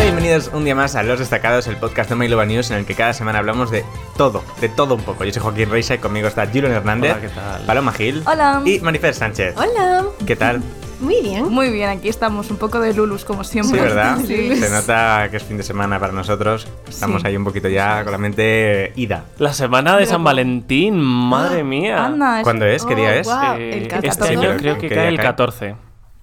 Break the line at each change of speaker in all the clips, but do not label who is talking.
bienvenidos un día más a Los Destacados, el podcast de Mailova News en el que cada semana hablamos de todo, de todo un poco. Yo soy Joaquín Reisa y conmigo está Julian Hernández,
Hola, ¿qué tal?
Paloma Gil
Hola.
y Marifer Sánchez.
Hola.
¿Qué tal?
Muy bien.
Muy bien, aquí estamos, un poco de Lulus como
Sí,
siempre.
¿verdad?
Sí.
Se nota que es fin de semana para nosotros. Estamos
Sí.
ahí un poquito ya con la mente ida.
La semana de San Valentín,
Ah,
madre mía.
Anda, es-
¿Cuándo es? ¿Qué
Oh,
día es?
guau.
Eh,
el
este
14.
año creo
¿Qué
que
día
cae el
cae?
14.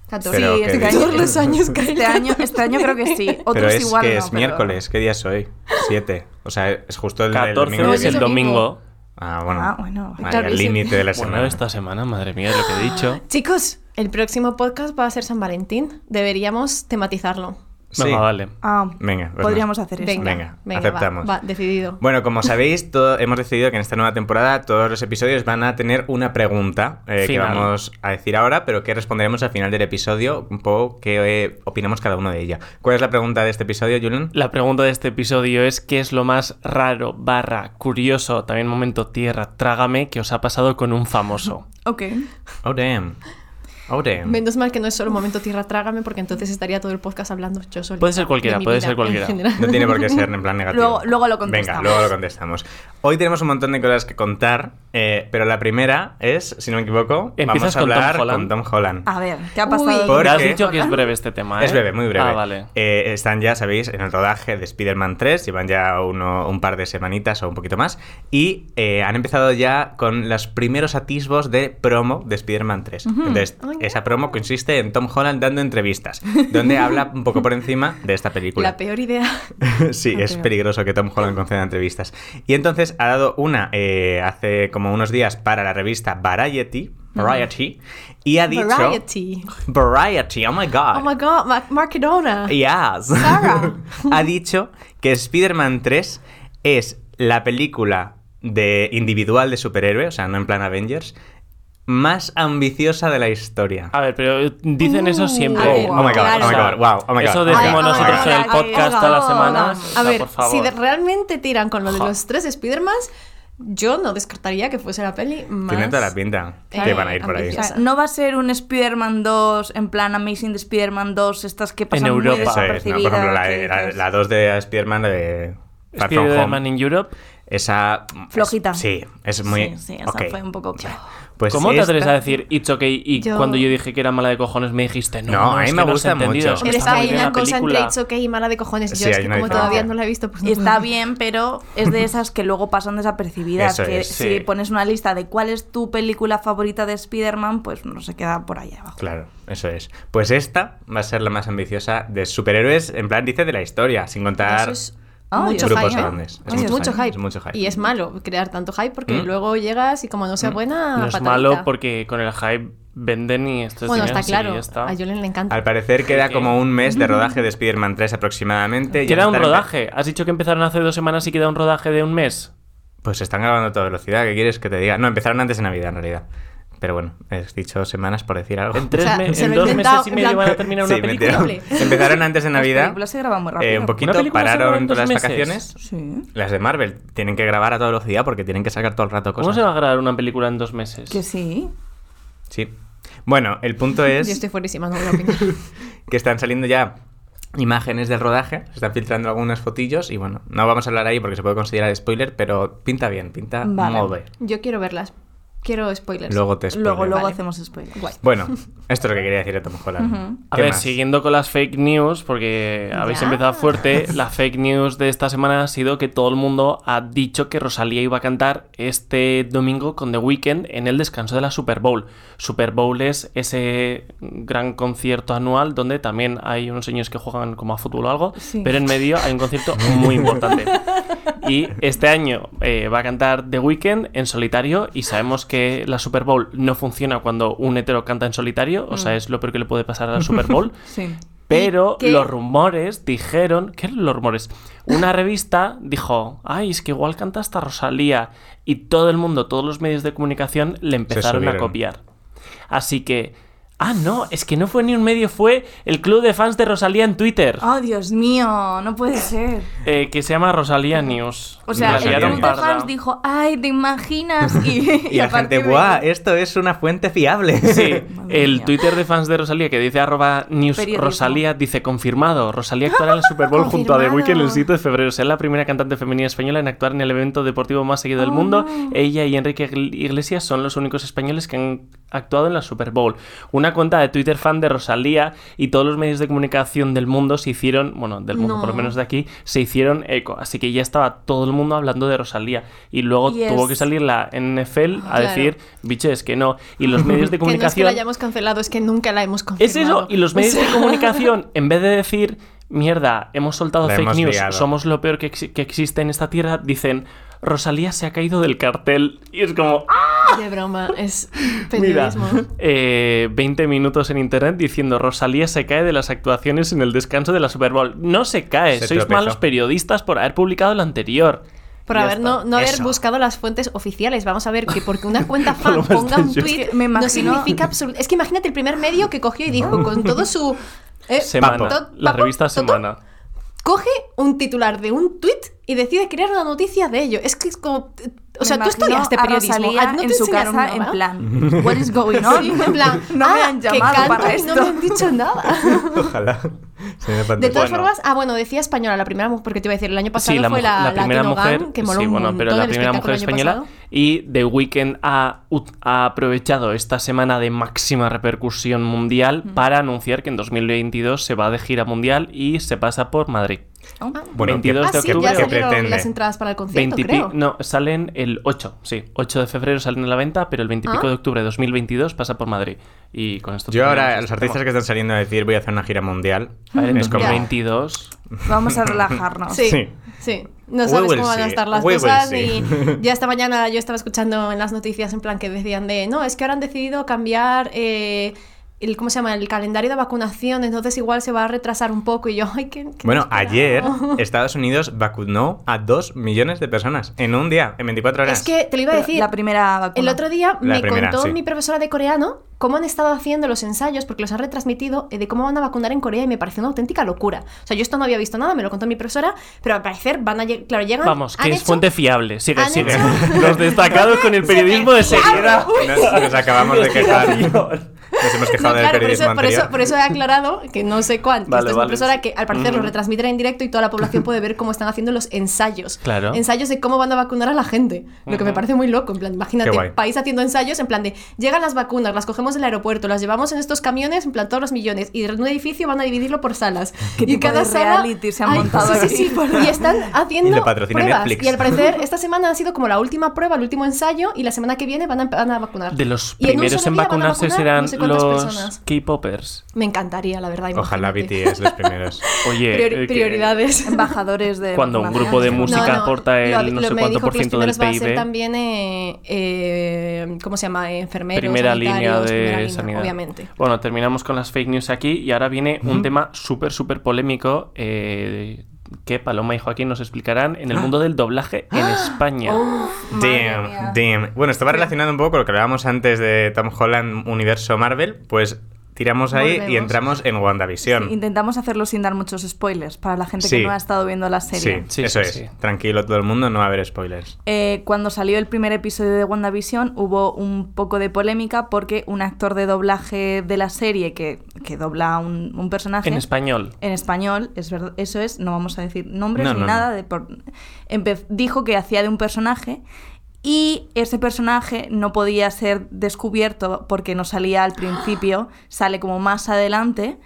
14.
Pero
sí,
que
este
dices.
año,
Todos los años cae
este año, este año creo que sí. Otros
pero es
igual
que
no,
es
pero-
miércoles. ¿Qué día es hoy? 7. O sea, es justo el, el
14
domingo.
es
que
el
viene.
domingo.
Ah, bueno.
Oh, Ah, bueno.
Vaya,
Claro,
el
es el-
límite de la semana.
Bueno, esta semana, madre mía, lo que he dicho.
Chicos, el próximo podcast va a ser San Valentín. Deberíamos tematizarlo.
Sí.
Venga, vale.
Ah,
Venga, pues
podríamos
no.
hacer eso.
Venga,
va,
aceptamos.
Va, decidido.
Bueno, como sabéis, todo- hemos decidido que en esta nueva temporada todos los episodios van a tener una pregunta eh, que
Final.
vamos a decir ahora, pero que responderemos al final del episodio, un poco qué eh, opinamos cada uno de ella. ¿Cuál es la pregunta de este episodio, Julian?
La pregunta de este episodio es ¿qué es lo más raro, barra, curioso, también momento tierra, trágame, que os ha pasado con un famoso?
Ok.
Oh, damn. Oh, damn.
Menos mal que no es solo momento tierra trágame porque entonces estaría todo el podcast hablando yo sola.
Puede ser cualquiera,
De mi
puede
vida
ser
en
cualquiera.
general.
No tiene por qué ser en plan negativo.
Luego- luego lo contestamos.
Venga, luego lo contestamos. Hoy tenemos un montón de cosas que contar, eh, pero la primera es, si no me equivoco, vamos
Empiezas
a
con Tom
hablar
Holland.
con Tom Holland.
A ver, ¿qué ha pasado?
Uy.
¿Por
Ya has
qué?
dicho que es breve este tema, ¿eh?
Es breve, muy breve.
Ah, vale.
Eh, están ya, sabéis, en el rodaje de Spider-Man 3, llevan ya uno- un par de semanitas o un poquito más, y eh, han empezado ya con los primeros atisbos de promo de Spider-Man 3. Entonces,
Ay, qué
esa promo consiste en Tom Holland dando entrevistas, donde habla un poco por encima de esta película.
La peor idea.
sí, es peligroso que Tom Holland conceda entrevistas. Y entonces ha dado una eh, hace como unos días para la revista Variety, Variety y ha dicho...
Variety.
Variety, oh my god.
Oh my god, Ma- Markedona.
Yes.
Sarah.
ha dicho que Spider-Man 3 es la película de individual de superhéroe, o sea, no en plan Avengers, más ambiciosa de la historia.
A ver, pero dicen eso siempre.
a ver, Oh my God,
O
oh my
sea,
God, wow, oh my God.
Eso
Ay,
decimos
oh my
nosotros
God,
en el
ay,
podcast
oh
todas las
God.
semanas.
A
O sea,
ver,
por favor.
si de- realmente tiran con lo de
Ja.
los tres Spider-Mans, yo no descartaría que fuese la peli más.
Tiene toda la pinta
Claro,
que van a ir por ahí.
O sea, no va a ser un Spider-Man 2, en plan Amazing de Spider-Man 2, estas que pasan muy
Europa.
Eso es, ¿no? Por ejemplo, la,
desapercibidas, que
la-
dices,
la 2 de Spider-Man la de Far From
Spider-Man
Home.
in Europe.
Esa. es-
Flojita.
sí, es muy.
Sí, sí, esa
ok.
fue un poco...
Pues
¿Cómo te
esta-
atreves a decir It's okay y
Yo-
cuando yo dije que era mala de cojones me dijiste no?
No, a mí
es que
me
has
gusta
entendido,
mucho.
es que
Pero es que
está muy
hay
bien
una
la
cosa entre
película".
It's OK y mala de cojones. Yo
Sí,
es
hay
que
una
como
diferencia.
todavía no la he visto, pues no
Y está
puedo-
bien, pero es de esas que luego pasan desapercibidas.
Eso
que
es,
sí.
si pones una lista de cuál es tu película favorita de Spider-Man, pues no se queda por ahí abajo.
Claro, eso es. Pues esta va a ser la más ambiciosa de superhéroes, en plan, dice de la historia, sin contar.
Eso es
Ah,
mucho
Dios.
hype.
Grupos
¿eh?
grandes. Es
Es
mucho
mucho
hype,
hype.
es mucho hype.
Y es malo crear tanto hype porque
Mm.
luego llegas y como no sea buena.
Mm. No es
patadita.
malo porque con el hype venden y esto es
Bueno,
dinero,
está
sí,
claro. Ah,
ya está.
A Yolen le encanta.
Al parecer queda
¿Qué?
como un mes de rodaje de Spider-Man 3 aproximadamente. Ya
Queda un
están empe-
rodaje. Has dicho que empezaron hace dos semanas y queda un rodaje de un mes.
Pues están grabando a toda velocidad, ¿qué quieres que te diga? No, empezaron antes de Navidad en realidad. Pero bueno, he dicho semanas por decir algo.
En, tres
O sea,
me-
se
en
lo he
dos
inventado,
meses y
en
medio
plan-
van a terminar
Sí,
una película.
mentira. Empezaron antes de
Las
Navidad.
películas se graban muy rápido.
eh, un poquito
¿Una película se graba
pararon
en dos
todas las
meses?
vacaciones.
Sí.
Las de Marvel tienen que grabar a toda velocidad porque tienen que sacar todo el rato
¿Cómo
cosas.
se va a grabar una película en dos meses?
Que sí.
Sí. Bueno, el punto es.
Yo estoy fuerísima, no voy a opinar.
que están saliendo ya imágenes del rodaje, se están filtrando algunas fotillos y bueno, no vamos a hablar ahí porque se puede considerar spoiler, pero pinta bien, pinta
Vale.
muy bien.
Yo quiero verlas. Quiero spoilers.
Luego te spoiler.
Luego, luego
Vale.
hacemos spoilers.
Guay.
Bueno, esto es lo que quería decir a Tom Holland.
Ujú.
A
¿Qué
ver,
más?
siguiendo con las fake news, porque habéis
Ya.
empezado fuerte, la fake news de esta semana ha sido que todo el mundo ha dicho que Rosalía iba a cantar este domingo con The Weeknd en el descanso de la Super Bowl. Super Bowl es ese gran concierto anual donde también hay unos señores que juegan como a fútbol o algo,
Sí.
pero en medio hay un concierto muy importante. Y este año eh, va a cantar The Weeknd en solitario y sabemos que la Super Bowl no funciona cuando un hetero canta en solitario, o
Mm.
sea, es lo peor que le puede pasar a la Super Bowl.
Sí.
Pero
¿Y qué?
los rumores dijeron, ¿qué eran los rumores? Una revista dijo, ay, es que igual canta hasta Rosalía. Y todo el mundo, todos los medios de comunicación le empezaron a
subieron.
copiar. Así que Ah, no, es que no fue ni un medio, fue el club de fans de Rosalía en Twitter,
Oh, Dios mío, no puede ser.
eh, que se llama Rosalía News.
O sea,
La
el
Rosalía
liaron
club de
News.
parda.
fans dijo, ay, ¿te imaginas? Y,
Y, la gente, guau,
guau
esto es una fuente fiable.
Sí,
Madre
el
mía.
Twitter de fans de Rosalía que dice arroba news
Periodismo.
Rosalía dice confirmado. Rosalía actuará en el Super Bowl junto a The Weeknd el 7 de febrero. Será la primera cantante femenina española en actuar en el evento deportivo más seguido del
Oh,
mundo.
no.
Ella y Enrique Igl- Iglesias son los únicos españoles que han actuado en la Super Bowl. Una cuenta de Twitter fan de Rosalía y todos los medios de comunicación del mundo se hicieron, bueno, del mundo
No.
por lo menos de aquí, se hicieron eco. Así que ya estaba todo el mundo hablando de Rosalía. Y luego
Y
tuvo
es-
que salir la NFL a
Claro.
decir, biches, que no. Y los medios de
Que no es que
comunicación...
la hayamos cancelado, es que nunca la hemos
Es
confirmado.
eso, y los medios
O sea,
de comunicación, en vez de decir, mierda, hemos soltado
La
fake
hemos
news,
liado".
somos lo peor que, ex- que existe en esta tierra, dicen, Rosalía se ha caído del cartel. Y es como, "Ah,
De broma, es
mira,
periodismo.
Eh, 20 minutos en internet diciendo, Rosalía se cae de las actuaciones en el descanso de la Super Bowl. No se cae,
Se
sois
tropezó.
malos periodistas por haber publicado lo anterior.
Por
Ya
haber no,
está.
no haber
Eso.
buscado las fuentes oficiales. Vamos a ver que porque una cuenta
Lo
fan
más
ponga un
yo-
tweet
Es que me
no
imagino-
significa absolutamente. Es que imagínate el primer medio que cogió y dijo con todo su. eh,
Ah. Semana,
to-
la
papo,
revista
toto,
Semana.
Coge un titular de un tweet y decide crear una noticia de ello. Es que es como. O sea,
Me
tú
imagino
estudiaste
a
periodismo.
Rosalía
¿a- no te
en su
enseñaron
casa
nada?
en plan, what is going on?
Sí, en plan,
no me
"Ah,
han
que
llamado
canto
para
y
esto.
no me han dicho nada.
Ojalá. Se me
De todas
Bueno,
formas, ah, bueno, decía española, la primera mujer, porque te iba a decir, el año pasado
sí, la,
fue
mujer-
la,
la primera
Latino
mujer,
Gang, que moló
sí,
un
bueno, pero
montón
la
el
primera mujer
espectáculo el año
española
pasado.
y The Weeknd ha, ut- ha aprovechado esta semana de máxima repercusión mundial para anunciar que en 2022 se va de gira mundial y se pasa por Madrid.
Oh.
Bueno,
22
¿qué-
Ah,
de
sí,
qué-
ya
octubre.
qué
salieron
pretende?
las entradas para el concierto,
20 pi-
creo.
no, salen el 8, sí, 8 de febrero salen a la venta, pero el 20 y pico
Ah.
de octubre de 2022 pasa por Madrid. Y con esto
Yo ahora,
terminamos
los
este
artistas que
tema.
están saliendo a decir voy a hacer una gira mundial,
A ver, en
es como...
2022
Vamos a relajarnos.
Sí,
Sí.
sí. No
We
sabes
will
cómo van a
see.
estar las
We will
cosas
see.
y ya esta mañana yo estaba escuchando en las noticias en plan que decían de, no, es que ahora han decidido cambiar eh, el, ¿cómo se llama? El calendario de vacunación, entonces igual se va a retrasar un poco y yo, ay, que...
Bueno, ayer Estados Unidos vacunó a 2 millones de personas en un día, en 24 horas.
Es que te lo iba a
Pero
decir,
La primera vacuna.
El otro día
La
me
primera,
contó
sí.
mi profesora de coreano cómo han estado haciendo los ensayos, porque los han retransmitido, eh, de cómo van a vacunar en Corea y me pareció una auténtica locura. O sea, yo esto no había visto nada, me lo contó mi profesora, pero al parecer van a llegar. Claro, llegan.
Vamos,
Ah, han
que es
hecho-
fuente fiable. Sigue,
han
sigue.
hecho-
Los destacados con el periodismo de seriedad.
Ah,
Nos, nos acabamos de quejar. Nos hemos
No,
quejado del
claro, por
periodismo
eso, por,
anterior.
eso, por eso he aclarado que no sé cuánto.
Vale,
esto es
vale.
una profesora que al parecer lo
Mm.
Ujú.
retransmitirá en directo y toda la población puede ver cómo están haciendo los ensayos.
Claro.
Ensayos de cómo van a vacunar a la gente. Lo que me
Ujú.
parece muy loco. En plan, imagínate,
Qué guay.
país haciendo ensayos, en plan de llegan las vacunas, las cogemos del aeropuerto, las llevamos en estos camiones, en plan todos los millones. Y en un edificio van a dividirlo por salas.
¿Qué
y
tipo
cada
de
sala.
reality se han
Ay,
montado
sí, sí,
aquí?
sí, por- Y están haciendo.
Y lo patrocina
pruebas.
Netflix.
Y al parecer, esta semana ha sido como la última prueba, el último ensayo, y la semana que viene van a, van a vacunar.
De los
Y en un
primeros en,
solo día van a
vacunarse
vacunar
serán
no sé cuántas
los
personas.
K-popers.
Me encantaría, la verdad.
Ojalá
imagínate.
BTS los primeros.
Oye,
Priori-
eh, que-
prioridades.
Embajadores de.
Cuando un grupo de
vacunación.
música- aporta el no sé
me
cuánto
dijo
por
que los
ciento del
primeros Va a ser
PIB.
también, eh, eh, ¿cómo se llama? Enfermeros,
primera línea de
sanitarios, primera línea,
sanidad.
Obviamente.
Bueno, terminamos con las fake news aquí y ahora viene un tema súper, súper polémico eh, que Paloma y Joaquín nos explicarán en el
Ah.
mundo del doblaje en
Ah.
España.
Oh,
Madre mía.
Damn, damn. Bueno, estaba relacionado un poco con lo que hablábamos antes de Tom Holland, universo Marvel, pues tiramos ahí y
Volvemos.
entramos en WandaVision.
Intentamos hacerlo sin dar muchos spoilers para la gente
Sí.
que no ha estado viendo la
Sí,
serie.
Sí,
eso
sí,
es.
sí.
Tranquilo todo el mundo, no va a haber spoilers.
Eh, cuando salió el primer episodio de WandaVision hubo un poco de polémica porque un actor de doblaje de la serie que, que dobla a un, un personaje
En español.
en español, es verdad, eso es, no vamos a decir nombres
No,
ni
no,
nada,
no.
de por- empe- dijo que hacía de un personaje y ese personaje no podía ser descubierto porque no salía al principio, sale como más adelante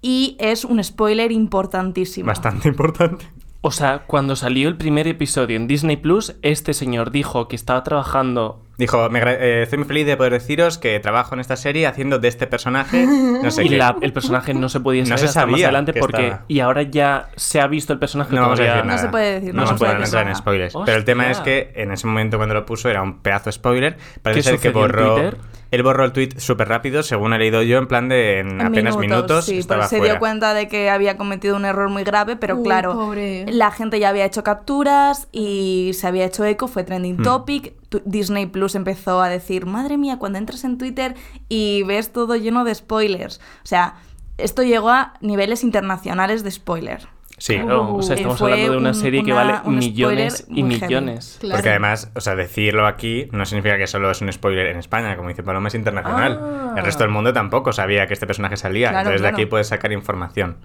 y es un spoiler importantísimo.
Bastante importante.
O sea, cuando salió el primer episodio en Disney Plus, este señor dijo que estaba trabajando
Dijo, me gra- eh, estoy muy feliz de poder deciros que trabajo en esta serie haciendo de este personaje, no sé
y
qué.
la- el personaje no se podía
No
saber
se
hasta más
sabía
adelante
que
porque
estaba.
y ahora ya se ha visto el personaje
No vamos a
todavía-
decir nada.
No se puede decir,
No,
no
vamos
se
a
puede decir
entrar en
nada.
spoilers. Pero el tema es
Hostia.
que en ese momento cuando lo puso era un pedazo de spoiler. Parece
¿Qué
ser que
sucedió en
borró.
Twitter?
Él borró el tweet súper rápido, según he leído yo, en plan de en
En
apenas minutos.
sí,
estaba
pues se
fuera.
dio cuenta de que había cometido un error muy grave, pero
Uy,
claro,
pobre.
Hmm.
la gente ya había hecho capturas y se había hecho eco, fue trending topic. tu- Disney Plus empezó a decir, madre mía, cuando entras en Twitter y ves todo lleno de spoilers. O sea, esto llegó a niveles internacionales de spoiler.
Sí,
Claro, o sea,
Uh,
estamos
fue
hablando de una
un-
serie que
una-
vale
un
millones
spoiler
y
muy heavy.
millones.
Claro.
Porque además, o sea, decirlo aquí no significa que solo es un spoiler en España, como dice Paloma, es internacional.
Ah.
El resto del mundo tampoco sabía que este personaje salía,
Claro,
entonces
claro.
de aquí puedes sacar información,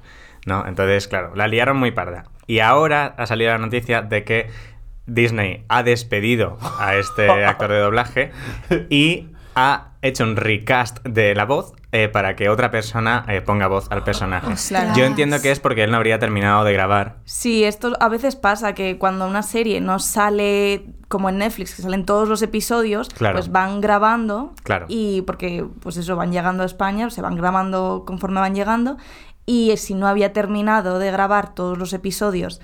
¿no? Entonces, claro, la liaron muy parda. Y ahora ha salido la noticia de que Disney ha despedido a este actor de doblaje y ha hecho un recast de la voz eh, para que otra persona eh, ponga voz al personaje.
Ostras.
Yo entiendo que es porque él no habría terminado de grabar
Sí, esto a veces pasa que cuando una serie no sale como en Netflix, que salen todos los episodios,
Claro.
pues van grabando
Claro.
y porque pues eso van llegando a España, se van grabando conforme van llegando y si no había terminado de grabar todos los episodios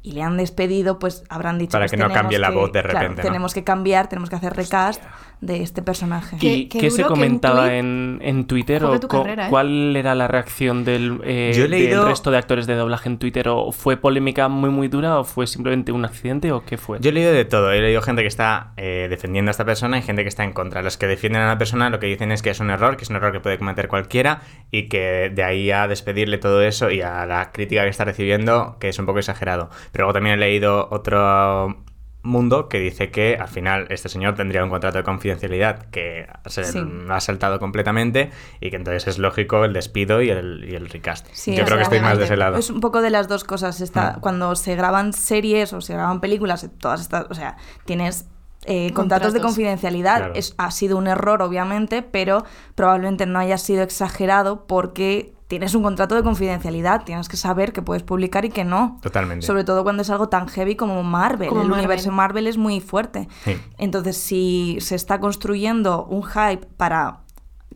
y le han despedido, pues habrán dicho
Para
pues,
que no
tenemos
cambie la
que-
voz de
claro,
repente, ¿no?
tenemos que cambiar, tenemos que hacer recast de este personaje.
Qué-
¿Y
qué
qué se
duro que un
comentaba
tuit
en, en Twitter
juegue
o
tu
co-
carrera, ¿eh?
cuál era la reacción del, eh,
Yo he leído-
del resto de actores de doblaje en Twitter? ¿O fue polémica muy muy dura o fue simplemente un accidente o qué fue?
Pues Yo he leído de todo. He leído gente que está eh, defendiendo a esta persona y gente que está en contra. Los que defienden a la persona lo que dicen es que es un error, que es un error que puede cometer cualquiera y que de ahí a despedirle todo eso y a la crítica que está recibiendo, que es un poco exagerado. Pero luego también he leído otro mundo que dice que al final este señor tendría un contrato de confidencialidad que se
Sí.
lo ha saltado completamente y que entonces es lógico el despido y el, y el recast.
Sí,
Yo
o
creo que
sea,
estoy más de ese lado.
Es un poco de las dos cosas. Está,
Mm.
Cuando se graban series o se graban películas, todas estas, o sea, tienes eh, contratos. de
Contratos.
confidencialidad.
Claro.
Es, ha sido un error, obviamente, pero probablemente no haya sido exagerado porque tienes un contrato de confidencialidad. Tienes que saber que puedes publicar y que no.
Totalmente.
Sobre todo cuando es algo tan heavy como Marvel.
Como
el
Marvel.
universo Marvel es muy fuerte.
Sí.
Entonces, si se está construyendo un hype para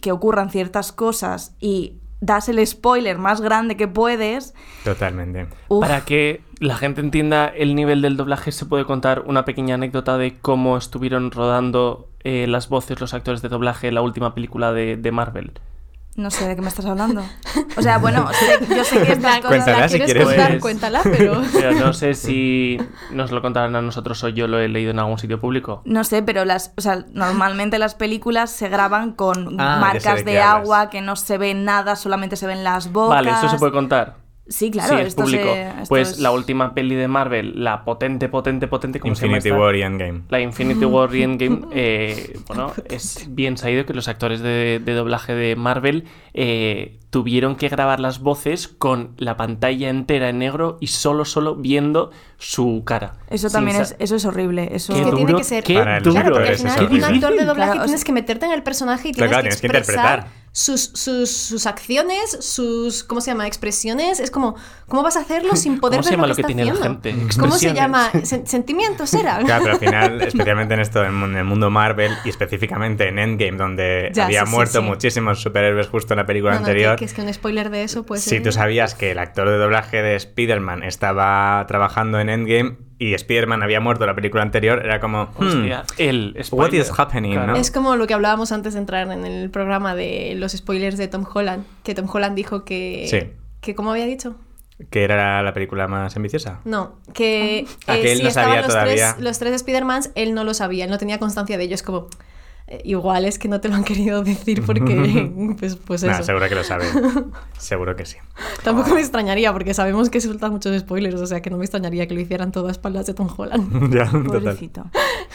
que ocurran ciertas cosas y das el spoiler más grande que puedes,
Totalmente.
uf,
Para que la gente entienda el nivel del doblaje, se puede contar una pequeña anécdota de cómo estuvieron rodando eh, las voces, los actores de doblaje, en la última película de, de Marvel.
no sé de qué me estás hablando. O sea, bueno, sé- yo sé que estas
Blanco,
cosas...
Cuéntala
la
si
quieres
quieres.
contar,
Pues-
cuéntala, pero...
Pero no sé si nos lo contaron a nosotros o yo lo he leído en algún sitio público.
No sé, pero las, o sea, normalmente las películas se graban con
Ah, ya sé
marcas
de
de,
qué hablas.
agua que no se ve nada, solamente se ven las bocas.
Vale, eso se puede contar.
Sí, claro,
sí, es
esto
público.
se- esto
pues
es-
la última peli de Marvel, la potente, potente, potente, ¿cómo se
Infinity
llama esta?
War y Endgame.
La Infinity War y Endgame, eh, bueno, es bien sabido que los actores de, de doblaje de Marvel eh, tuvieron que grabar las voces con la pantalla entera en negro y solo, solo viendo su cara.
Eso
Sin
también
sa-
es, eso es horrible. Eso...
Es
Qué
que tiene
duro,
que ser-
qué
Para los
duro.
Claro, porque al
actores, eso
final
es
un
horrible.
actor de doblaje
Claro, o
tienes
sea-
que meterte en el personaje y
Claro,
tienes, que,
claro, tienes que
expresar
interpretar.
sus, sus, sus acciones, sus, ¿cómo se llama? Expresiones. Es como, ¿cómo vas a hacerlo sin poder
¿Cómo se
ver
llama
lo
lo que
está
tiene la
haciendo?
gente?
¿Cómo se
Expresiones.
llama? Sen- sentimientos eran.
Claro, pero al final, especialmente en esto, en, en el mundo Marvel y específicamente en Endgame, donde
Ya,
había
sí, sí,
muerto
sí.
muchísimos superhéroes justo en la película
No, no, que-
anterior.
que es que un spoiler de eso, pues.
si
eh,
tú sabías que el actor de doblaje de Spider-Man estaba trabajando en Endgame y Spider-Man había muerto en la película anterior, era como. hmm,
Hostia, el
What is
spoiler.
happening, ¿no?
Es como lo que hablábamos antes de entrar en el programa de los spoilers de Tom Holland, que Tom Holland dijo que.
Sí.
que ¿Cómo había dicho?
que era la película más ambiciosa.
No, que
Ah,
eh,
que él
si
no
estaban
sabía
los
todavía.
tres, los tres Spider-Mans, él no lo sabía, él no tenía constancia de ello. Es como, eh, igual es que no te lo han querido decir porque, pues, pues
Nah,
eso.
seguro que lo sabe. seguro que sí.
Tampoco me extrañaría porque sabemos que sueltan muchos spoilers, o sea que no me extrañaría que lo hicieran todas a espaldas de Tom Holland.
ya, total.
Pobrecito.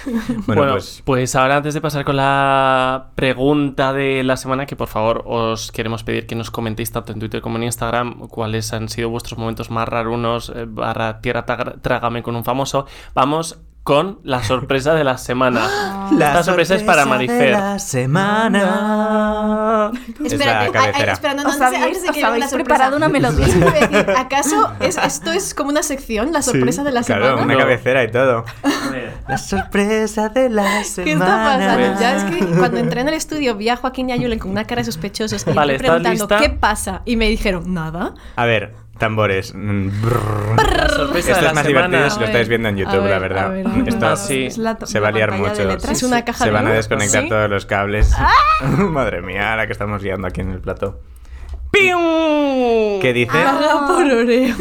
Bueno,
Bueno,
pues.
pues... ahora antes de pasar con la pregunta de la semana, que por favor os queremos pedir que nos comentéis tanto en Twitter como en Instagram cuáles han sido vuestros momentos más rarunos eh, barra tierra tagra- trágame con un famoso, vamos con la sorpresa de la semana. Esta sorpresa es para Marifer.
semana. Es la
Espérate, ay, ay,
cabecera.
espera, no, no,
Os
antes,
habéis-
antes de
os
que llegue la
habéis
sorpresa.
preparado una melodía.
Eso iba a decir, ¿Acaso es- esto es como una sección, la sorpresa de la
claro,
semana?
una
No.
cabecera y todo. La sorpresa de la
¿Qué está pasando? Ya es que cuando entré en el estudio vi a Joaquín y a Julen con una cara de sospechosos y
Vale,
yo
¿estás
preguntando
lista?
qué pasa y me dijeron nada.
A ver, tambores. Mm, brrr.
Ah.
La sorpresa
Esto
de
Este es
la
más
semana.
A
divertido si lo
ver,
estáis viendo en
a
YouTube,
ver,
la
a
verdad.
ver, a ver.
Esto
Estás-
sí.
Es la-
se
la
va a liar
pantalla de
mucho.
letras.
Es una caja
se
de
van a
luz, ¡Ah!
desconectar
¿sí?
todos los cables. Madre mía, la que estamos liando aquí en el plato.
¡Pium!
que dice...
Ah.
Paga por Oreo.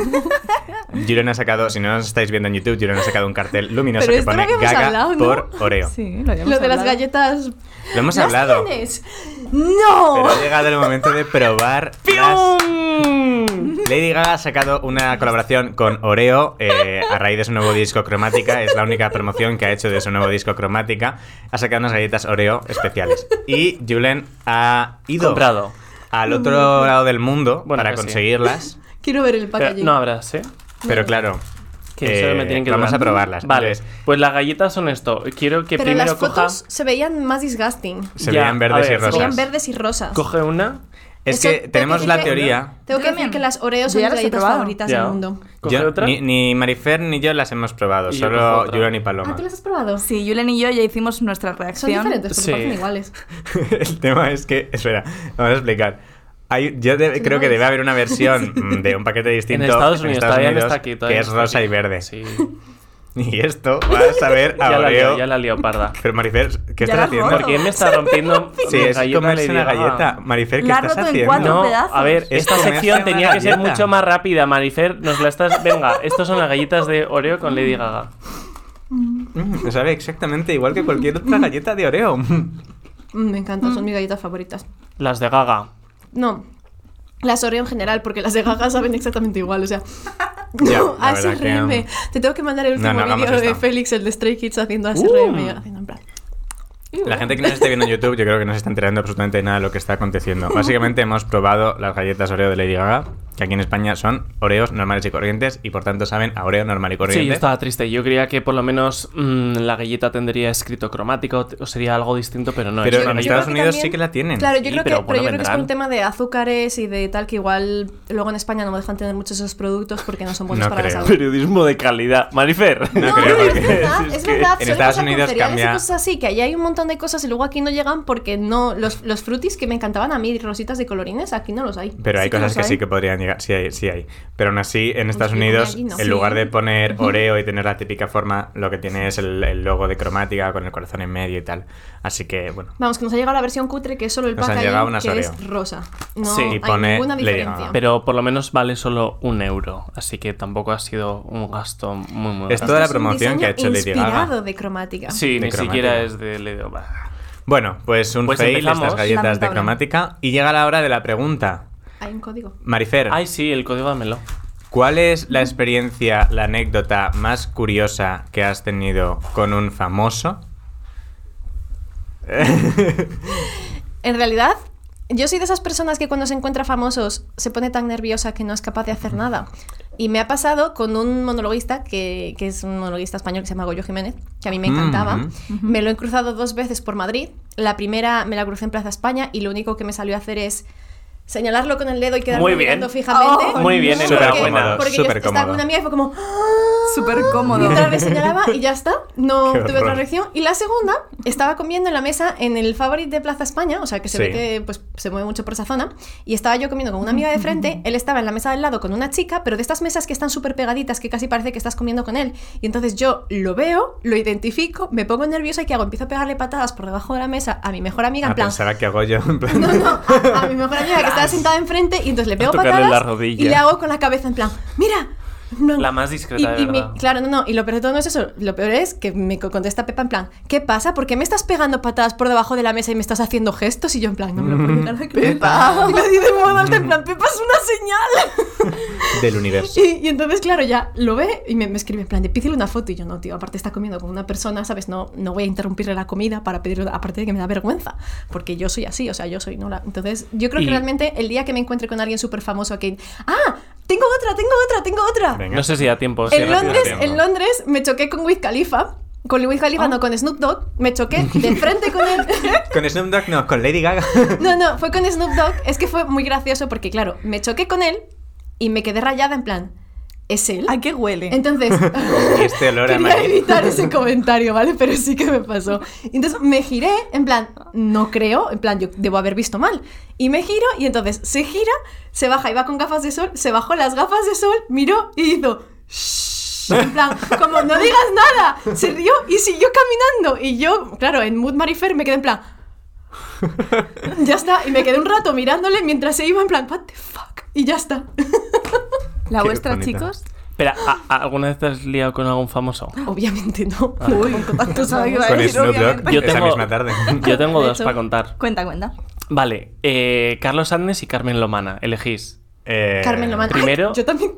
Julen ha sacado, si no nos estáis viendo en YouTube, Julen ha sacado un cartel luminoso
Pero
que
esto lo
pone
habíamos
Gaga
hablado, ¿no?
por Oreo.
Sí, lo, habíamos
Lo de las
hablado.
galletas.
Lo hemos
¿Las
hablado.
tienes? ¡No!
Oh.
Pero ha llegado el momento de probar las...
¡Pium!
Lady Gaga ha sacado una colaboración con Oreo eh, a raíz de su nuevo disco Cromática. Es la única promoción que ha hecho de su nuevo disco Cromática. Ha sacado unas galletas Oreo especiales. Y Julen ha ido
Comprado.
al otro lado del mundo
Bueno,
para
que sí.
conseguirlas.
Quiero ver el
Pero
packaging.
no habrás, ¿eh?
Pero claro,
Que eso
eh,
me tienen que
vamos
durar.
a probarlas.
Vale,
Entonces,
pues las galletas son esto. Quiero que
Pero
primero
las
coja,
fotos se veían más disgusting.
se
Ya,
veían
a
verdes
ver,
y
Se
rosas.
veían verdes y rosas.
coge una.
Es
Eso
que
tengo
tenemos
decir
la
que-
teoría.
Tengo que
Yo
decir
también.
que las Oreos
Yo
son
ya
mis
las he
galletas
probado.
favoritas
Ya.
del mundo.
Coge
Yo-
otra.
Ni, ni Marifer ni yo las hemos probado,
Y yo cojo
solo
otra.
Julen y
Ah,
Paloma.
¿tú las has probado?
Sí, Julen y yo ya hicimos nuestra
Son
reacción.
diferentes, porque
Sí.
parecen iguales.
El tema es que, espera, vamos a explicar. Hay- yo de-
¿Qué
creo que
más?
debe haber una versión mm, de un paquete distinto
en Estados Unidos, todavía no
Unidos,
está aquí. todavía
que
no
es
está
rosa
aquí.
y verde. Ah,
Sí.
Y esto vas a ver a
ya, la
Oreo.
lió, ya la lió, parda.
Pero Marifer, ¿qué
Ya
estás
la
haciendo?
roto.
¿Por qué me está rompiendo
Sí,
mi
es
galleta
comerse
Lady
una
Gaga?
galleta. Marifer, ¿qué
La ha
estás
roto en
haciendo?
cuatro
No,
pedazos.
a ver,
Es
esta
comerse
sección
una
tenía que ser
galleta.
mucho más rápida, Marifer. Nos la estás. Venga, estas son las galletas de Oreo con Lady Gaga.
Mm, sabe exactamente igual que cualquier otra galleta de Oreo.
Mm, me encantan, son mis galletas favoritas.
Las de Gaga.
No, las Oreo en general, porque las de Gaga saben exactamente igual, o sea...
Ya,
no,
la verdad que,
ASRM.
um,
Te tengo que mandar el
no,
último
no hagamos
vídeo de
esto.
Félix, el de Stray Kids, haciendo ASRM.
Uh.
haciendo en plan.
La gente que nos esté viendo en YouTube, yo creo que no se está enterando absolutamente de nada de lo que está aconteciendo. Básicamente hemos probado las galletas Oreo de Lady Gaga, que aquí en España son Oreos normales y corrientes y por tanto saben a Oreo normal y corriente.
Sí, yo estaba triste. Yo creía que por lo menos mm, la galleta tendría escrito cromático o- o sería algo distinto, pero no.
Pero
es una
en
galleta.
Estados
creo
Unidos sí que la tienen.
Claro, yo,
Sí,
creo,
pero
que,
bueno,
pero yo creo que es por
vendrán.
un tema de azúcares y de tal, que igual luego en España no me dejan tener muchos esos productos porque no son buenos
No
para
creo.
la salud.
Periodismo de calidad. Marifer.
No
No,
creo,
es
porque-
verdad,
es
es
que
en
verdad. suele
Estados
pasar con
Unidos
cereales y
cambia-
cosas así, que allá hay un montón de cosas y luego aquí no llegan porque no... Los, los frutis que me encantaban a mí, rositas de colorines, aquí no los hay.
Pero hay
Sí que
cosas
los
que
hay.
sí que podrían llegar, sí hay, sí hay. Pero aún así, en Estados
que
Unidos,
allí no. Sí.
en lugar de poner Oreo y tener la típica forma, lo que tiene es el, el logo de cromática con el corazón en medio y tal. Así que, bueno.
Vamos, que nos ha llegado la versión cutre que es solo el
Nos han
packaging,
llegado unas
que
Oreo.
es rosa. No
Sí, y
hay
pone
ninguna
Lady
diferencia.
Gaga.
Pero por lo menos vale solo un euro, así que tampoco ha sido un gasto muy, muy
Esto-
grande.
toda la
es un
promoción que ha hecho
diseño
Lady Gaga.
inspirado de cromática.
Sí,
de
ni
cromática.
siquiera es de Lady Gaga.
Bueno, pues un
Pues
fail,
empezamos.
estas galletas de
Lamentable.
cromática. Y llega la hora de la pregunta.
Hay un código.
Marifer,
Ay, sí, el código dámelo.
¿cuál es la experiencia, la anécdota más curiosa que has tenido con un famoso?
En realidad, yo soy de esas personas que cuando se encuentra famosos se pone tan nerviosa que no es capaz de hacer nada. Y me ha pasado con un monologuista, que, que es un monologuista español que se llama Goyo Jiménez, que a mí me encantaba.
Mm.
Me lo he cruzado dos veces por Madrid. La primera me la crucé en Plaza España y lo único que me salió a hacer es señalarlo con el dedo y quedarme
Muy bien.
mirando fijamente.
Oh,
Muy bien,
Porque-
enhorabuena.
Porque yo
Súper
estaba
cómodo.
con una amiga y fue como...
Súper
Y
cómodo.
otra vez señalaba y ya está. No
Qué
tuve
horror.
otra reacción. Y la segunda, estaba comiendo en la mesa en el favorite de Plaza España, o sea que se
Sí.
ve que pues, se mueve mucho por esa zona. Y estaba yo comiendo con una amiga de frente, él estaba en la mesa del lado con una chica, pero de estas mesas que están súper pegaditas que casi parece que estás comiendo con él. Y entonces yo lo veo, lo identifico, me pongo nerviosa y ¿qué hago? Empiezo a pegarle patadas por debajo de la mesa a mi mejor amiga, en
A
plan,
pensar Ah, que hago yo. en plan-
no, no, a, a mi mejor amiga que estaba sentada enfrente y entonces le pego
tocarle
patadas
la rodilla.
y le hago con la cabeza en plan, mira. en plan-
La más discreta, de
y, y mi-
verdad.
Claro, no, no, y lo peor de todo no es eso, lo peor es que me co- contesta Pepa en plan, ¿qué pasa? ¿Por qué me estás pegando patadas por debajo de la mesa y me estás haciendo gestos? Y yo en plan, no me lo puedo
Mm,
llegar a creer. Y lo di de modo alto, en plan, Pepa es una señal.
del universo.
Y, y entonces, claro, ya lo ve y me, me escribe en plan de pídele una foto. Y yo, no, tío, aparte está comiendo con una persona, ¿sabes? No, no voy a interrumpirle la comida para pedirle, aparte de que me da vergüenza, porque yo soy así, o sea, yo soy Nora. Entonces, yo creo
Y-
que realmente el día que me encuentre con alguien súper famoso que, ah, tengo otra, tengo otra, tengo otra.
Venga.
No sé si da tiempo. Pues sí,
En
rápido.
Londres,
tiempo.
en Londres me choqué con Wiz Khalifa. Con Wiz Khalifa, no, con Snoop Dogg. Me choqué de frente con él.
Con Snoop Dogg no, con Lady Gaga.
No, no, fue con Snoop Dogg. Es que fue muy gracioso porque, claro, me choqué con él y me quedé rayada en plan, ¿es él?
¿A qué huele?
Entonces,
este olor a
quería
maíz.
evitar ese comentario, ¿vale? Pero sí que me pasó. Entonces me giré, en plan, no creo, en plan, yo debo haber visto mal. Y me giro, y entonces se gira, se baja, iba con gafas de sol, se bajó las gafas de sol, miró y hizo... "Shh", En plan, como no digas nada, se rió y siguió caminando. Y yo, claro, en Mood Marifer me quedé en plan, Ya está. Y me quedé un rato mirándole mientras se iba en plan, what the fuck. Y ya está.
¿La
Qué
vuestra,
bonita.
chicos?
Espera, ¿a- a- ¿alguna vez te has liado con algún famoso?
Obviamente no.
Uy,
sabes,
iba a
Con
decir,
Snoop Dogg
obviamente.
Yo
esa
tengo-
misma tarde.
Yo tengo
De
dos
hecho.
para contar.
Cuenta, cuenta.
Vale, eh, Carlos Adnes y Carmen Lomana, elegís.
Eh,
Carmen Lomana. Ay,
primero-
yo también.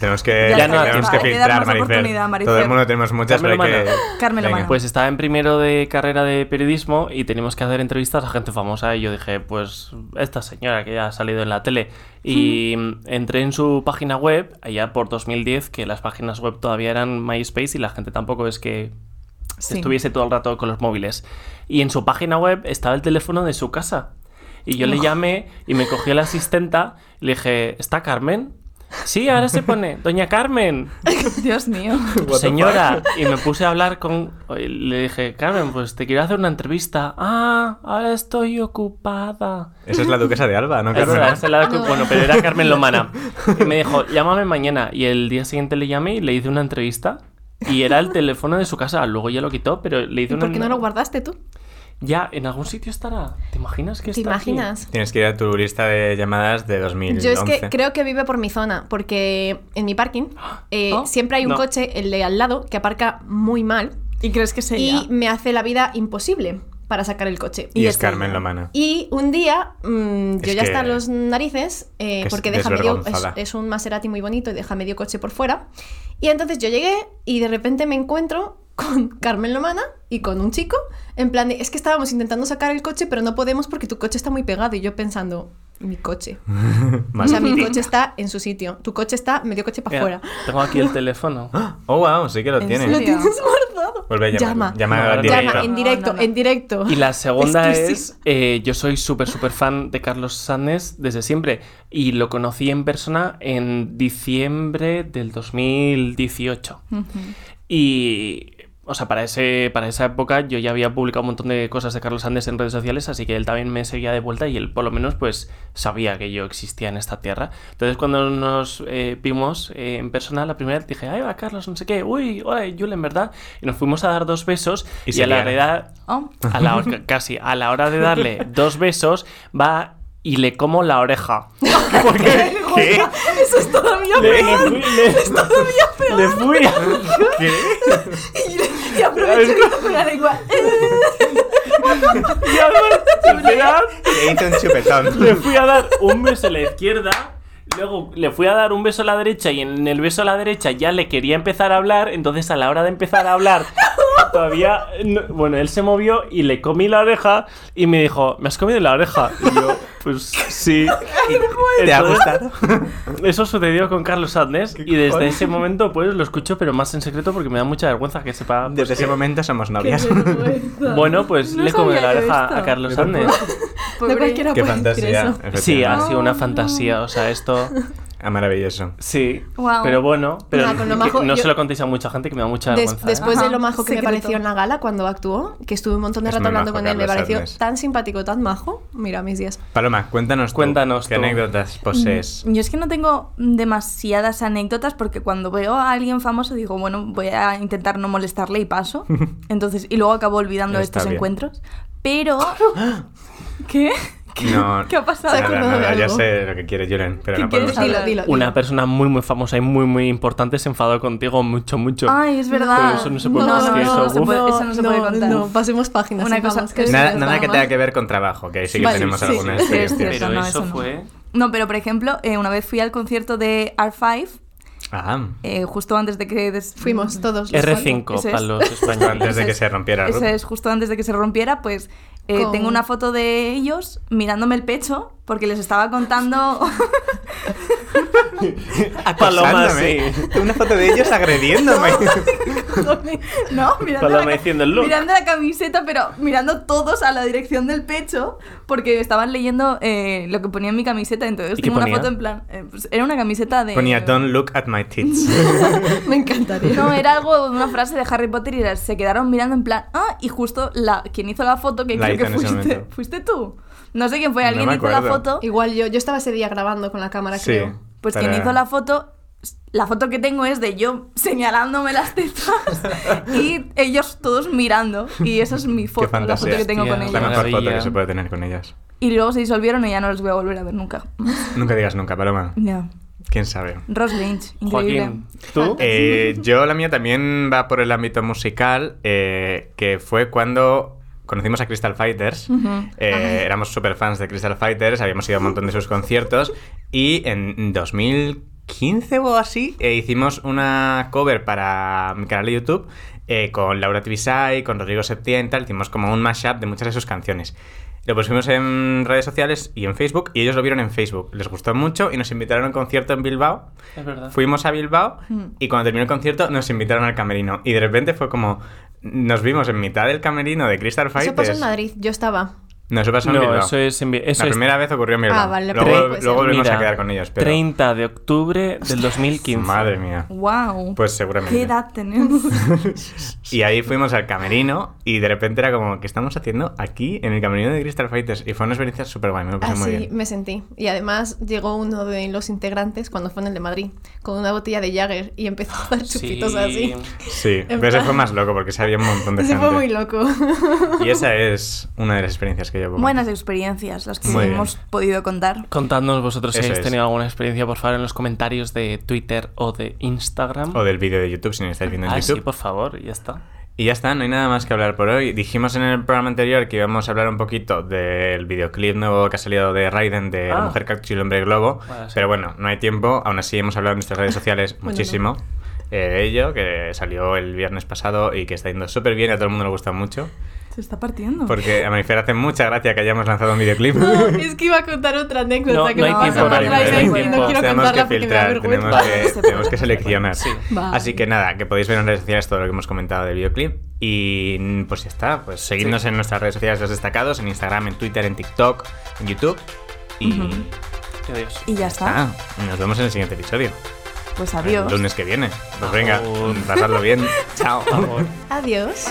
Tenemos que,
Ya
no da
tenemos
tiempo.
que
Hay que
filtrar,
darnos
Maricel.
oportunidad, Maricel.
Todo el mundo tenemos muchas,
Carmen
pero hay que...
Lomana.
Carmen
Venga.
Lomana.
Pues estaba en primero de carrera de periodismo y teníamos que hacer entrevistas a gente famosa y yo dije, pues esta señora que ya ha salido en la tele. Y mm, entré en su página web allá por 2010, que las páginas web todavía eran MySpace y la gente tampoco es que
Sí.
estuviese todo el rato con los móviles. Y en su página web estaba el teléfono de su casa. Y yo le llamé y me cogió la asistenta y le dije, ¿está Carmen? Sí, ahora se pone, Doña Carmen.
Dios mío.
Señora, y me puse a hablar con. y Le dije, Carmen, pues te quiero hacer una entrevista. Ah, ahora estoy ocupada.
Esa es la duquesa de Alba, Ah, ¿no,
Es
Carmen?
verdad, se la-
No.
Bueno, pero era Carmen Lomana. Y me dijo, llámame mañana. Y el día siguiente le llamé y le hice una entrevista. Y era el teléfono de su casa. Luego ya lo quitó, pero le hice
¿Y
una.
por qué no lo guardaste tú?
Ya, en algún sitio estará. ¿Te imaginas que
¿Te
está? aquí?
imaginas?
Tienes que ir a tu lista de llamadas de 2011.
Yo es que creo que vive por mi zona, porque en mi parking eh,
Oh,
siempre hay un
no.
coche, el de al lado, que aparca muy mal
¿Y crees que sería?
y me hace la vida imposible para sacar el coche.
Y,
y
es
es
Carmen
ella.
Lomana.
Y un día, mm, yo
Es
ya
que-
hasta los narices, eh,
que es
porque deja medio, es,
desvergonzada.
es un Maserati muy bonito y deja medio coche por fuera. Y entonces yo llegué y de repente me encuentro con Carmen Lomana y con un chico, en plan de, es que estábamos intentando sacar el coche, pero no podemos porque tu coche está muy pegado. Y yo pensando, mi coche. O sea, mi coche está en su sitio. Tu coche está medio coche para
Mira,
afuera.
Tengo aquí el teléfono.
Oh, wow, sí que lo
¿En
tiene.
serio?
Lo tienes guardado.
Vuelve a
Llama.
llamar. Llama
No,
directo.
Llama en directo,
No, no, no.
en directo.
Y la segunda
que sí.
es, eh, yo soy súper, súper fan de Carlos Sánchez desde siempre y lo conocí en persona en diciembre del 2018. Y, o sea, para, ese, para esa época yo ya había publicado un montón de cosas de Carlos Sánchez en redes sociales, así que él también me seguía de vuelta y él por lo menos pues sabía que yo existía en esta tierra. Entonces cuando nos eh, vimos eh, en persona la primera vez dije, ay, va Carlos, no sé qué, uy, hola, Julen, ¿verdad? Y nos fuimos a dar dos besos
Y
y,
se
a la
liaron.
realidad...
Oh.
A la hora- casi, a la hora de darle dos besos, va y le como la oreja. Porque
¿Qué?
Eso es todavía peor. Es todavía peor.
le fui a-
¿Qué?
Y, y aprovecho y toco la lengua.
y además, esperad,
Le hice un chupetón.
le fui a dar un beso a la izquierda. Luego le fui a dar un beso a la derecha y en el beso a la derecha ya le quería empezar a hablar, entonces a la hora de empezar a hablar todavía... no- bueno, él se movió y le comí la oreja y me dijo, ¿me has comido la oreja? Y yo, pues sí.
¿Te ha
Entonces-
gustado?
Eso sucedió con Carlos Adnes y desde
cojones?
ese momento pues lo escucho pero más en secreto porque me da mucha vergüenza que sepa. pues,
Desde ese
que-
momento somos novias.
Bueno, pues
No
le comí
sabía
la
yo
oreja
esto.
a Carlos
Yo tampoco.
Adnes.
No cualquiera
Qué
puede decir
fantasía.
eso.
Sí, ah, ha
efectivamente.
sido
Ah.
una fantasía, o sea, esto
Ah, maravilloso.
sí,
Guau.
pero bueno, pero
Nada, con lo
que-
majo,
no
yo-
se lo contéis a mucha gente que me da mucha
Des-
vergüenza. ¿eh?
después de
Ajá,
lo majo que me
secreto.
pareció en la gala cuando actuó, que estuve un montón de
Es
rato
muy
hablando
majo
con él, me
Carlos
pareció
Hermes.
tan simpático, tan majo. Mira mis días.
Paloma, cuéntanos tú,
Cuéntanos
¿Qué
tú.
anécdotas posees?
Yo es que no tengo demasiadas anécdotas porque cuando veo a alguien famoso digo, bueno, voy a intentar no molestarle y paso. Entonces, y luego acabo olvidando
Está
estos
bien.
encuentros. Pero... ¿Qué? ¿Qué,
No,
¿Qué ha pasado?
Nada,
acordado de
nada, ya
algo?
sé lo que quiere Julen, pero
¿Qué
no podemos
quieres hablar?
Dilo, dilo.
Una persona muy muy famosa y muy muy importante se enfadó contigo mucho mucho.
Ay, es verdad.
Pero eso no se puede- es que eso,
se
uf.
puede- eso no se puede contar.
No, pasemos páginas.
Una
sí,
cosa
vamos,
que-
eso
Nada,
es
nada que
drama.
tenga que ver con trabajo, que ahí sí que
Vale,
tenemos
sí,
alguna
sí,
experiencia.
sí,
pero
es cierto, no,
eso,
eso no.
fue
No, pero por ejemplo, eh, una vez fui al concierto de R5,
Ah,
eh, justo antes de que... des-
Fuimos todos. los
R5
Eso es.
para los españoles.
antes de
Ese
que
es-
se rompiera el
Eso
grupo.
es justo antes de que se rompiera, pues eh,
Con-
tengo una foto de ellos mirándome el pecho porque les estaba contando...
Paloma sí.
Acosándome. Una foto de ellos agrediéndome.
No, mirando
Paloma
la, ca-
diciendo, "Look".
mirando la camiseta, pero mirando todos a la dirección del pecho, porque estaban leyendo eh, lo que ponía en mi camiseta, entonces
¿Y qué
tengo una
ponía?
foto en plan... eh, pues, era una camiseta de...
Ponía Don't look at my tits.
españoles. Me encantaría.
No, era algo de una frase de Harry Potter y era- se quedaron mirando en plan, ah, y justo la quien hizo la foto, que
La
creo
hizo
que
en ese
fuiste,
momento.
fuiste tú. No sé quién fue,
No
alguien
me
hizo la
acuerdo.
foto.
Igual yo, yo estaba ese día grabando con la cámara,
Sí.
creo.
Pues
para-
quien hizo la foto la foto que tengo es de yo señalándome las tetas y ellos todos mirando. Y esa es mi
Qué
foto, la
fantasía.
foto que tengo con
la
Hostia,
ellos.
mejor foto que
Maravilla.
se puede tener con ellas.
Y luego se disolvieron y ya no los voy a volver a ver nunca.
Nunca digas nunca, Paloma.
No.
¿Quién sabe?
Ross Lynch, increíble.
Joaquín, ¿tú?
Eh, yo, la mía también va por el ámbito musical, eh, que fue cuando conocimos a Crystal Fighters. Eh, éramos super fans de Crystal Fighters, habíamos ido a un montón de sus conciertos y en 2015 o así eh, hicimos una cover para mi canal de YouTube eh, con Laura Tibisay, con Rodrigo Septién y tal, hicimos como un mashup de muchas de sus canciones. Lo pusimos en redes sociales y en Facebook y ellos lo vieron en Facebook. Les gustó mucho y nos invitaron a un concierto en Bilbao.
Es verdad.
Fuimos a Bilbao
Hmm.
Mm.
y cuando terminó el concierto nos invitaron al camerino. Y de repente fue como. Nos vimos en mitad del camerino de Crystal Fighters.
Eso pasó en Madrid, yo estaba.
No, eso pasó en
No,
Bilbao.
eso es en Bi- eso
la
es-
primera vez ocurrió en Bilbao.
Ah, vale, pero
luego
puede ser.
luego volvimos
Mira,
a quedar con ellos, pero.
30 de octubre del 2015.
Madre mía.
Wow.
Pues
¿Qué
seguramente.
edad tenemos?
Y ahí fuimos al camerino y de repente era como, ¿qué estamos haciendo aquí en el camerino de Crystal Fighters? Y fue una experiencia súper guay, me lo pasé muy
Así
bien.
me sentí. Y además llegó uno de los integrantes cuando fue en el de Madrid con una botella de Jagger y empezó a dar chupitos
Sí.
así.
Sí,
En
pero ese
plan-
fue más loco porque se había un montón de
Ese
gente.
fue muy loco.
Y esa es una de las experiencias que llevo.
Buenas experiencias las que
Muy bien.
hemos podido contar.
Contadnos vosotros si
Eso
habéis
es.
tenido alguna experiencia, por favor, en los comentarios de Twitter o de Instagram.
O del vídeo de YouTube, si no estáis viendo en
ah,
YouTube.
sí, por favor, y ya está.
Y ya está, no hay nada más que hablar por hoy. Dijimos en el programa anterior que íbamos a hablar un poquito del videoclip nuevo que ha salido de Raiden de La
Ah.
Mujer Cactus y el Hombre Globo.
Bueno, sí.
Pero bueno, no hay tiempo. Aún así hemos hablado en nuestras redes sociales
Bueno,
muchísimo eh, de ello, que salió el viernes pasado y que está yendo súper bien y a todo el mundo le gusta mucho.
Se está partiendo.
Porque a Marifer hace mucha gracia que hayamos lanzado un videoclip.
Oh. No, es que iba a contar otra anécdota
No,
que
no
me
hay
pasó
tiempo,
con
Marifer,
Ryzen
no hay
y
tiempo.
no quiero
tenemos que
contarla porque me da
filtrar,
vergüenza.
tenemos que,
vergüenza.
tenemos que seleccionar.
Sí.
Vale.
Así que nada, que podéis ver en redes sociales todo lo que hemos comentado del videoclip. Y mm, pues ya está, pues seguidnos en nuestras redes sociales los destacados, en Instagram, en Twitter, en TikTok, en YouTube. Y
Ujú.
Adiós.
Y ya está.
ah, nos vemos en el siguiente episodio,
Pues
el
adiós.
lunes que viene. Pues venga,
Aún.
pasadlo bien. Chao.
Por favor.
Adiós.